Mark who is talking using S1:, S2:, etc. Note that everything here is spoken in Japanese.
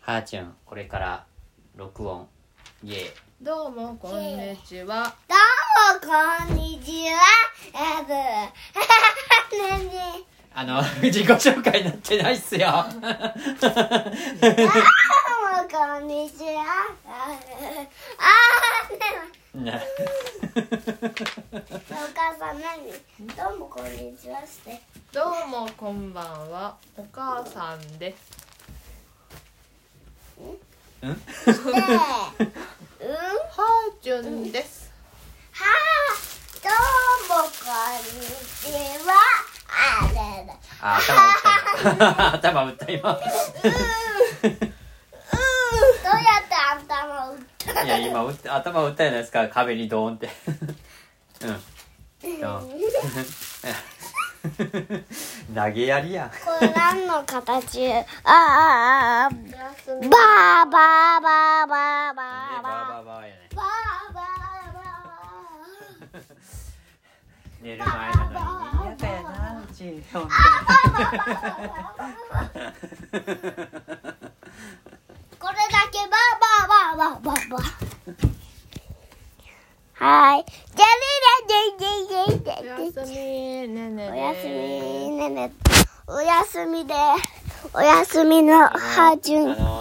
S1: はーちゅんこれから録音イエーイ
S2: どうもこんにちは。
S3: どうも、こんにちは。えっと、何
S1: あの 自己紹介になってないっすよ
S3: どうも、こんにちは。あー、あー、
S1: な
S3: お母さん何どうも、こんにちはして。
S2: どうもこんばんは。お母さんです。
S3: で、
S1: うん
S3: うんはー、
S2: はーちゅんです。
S3: どうも、こんにちは。あれだ。
S1: あ頭打った 今頭打っ
S3: どうや
S1: た今
S3: ってあんたも打った
S1: いや今打って頭打ったじゃないですか壁にドーンって うんドーン 投げやりやん
S3: これ何の形あーあーあーバーバーバーバーバーバー
S1: バーバーやね
S3: バーバーバー
S1: 寝る前なのに嫌だよなうち本
S3: これだけバーバーバーバーバーバーはいじゃあねね
S2: お
S3: ねね
S2: やすみねねね。
S3: おやすみねねおやすみでおやすみのはーちゅ
S1: 当にあ
S3: ん
S1: の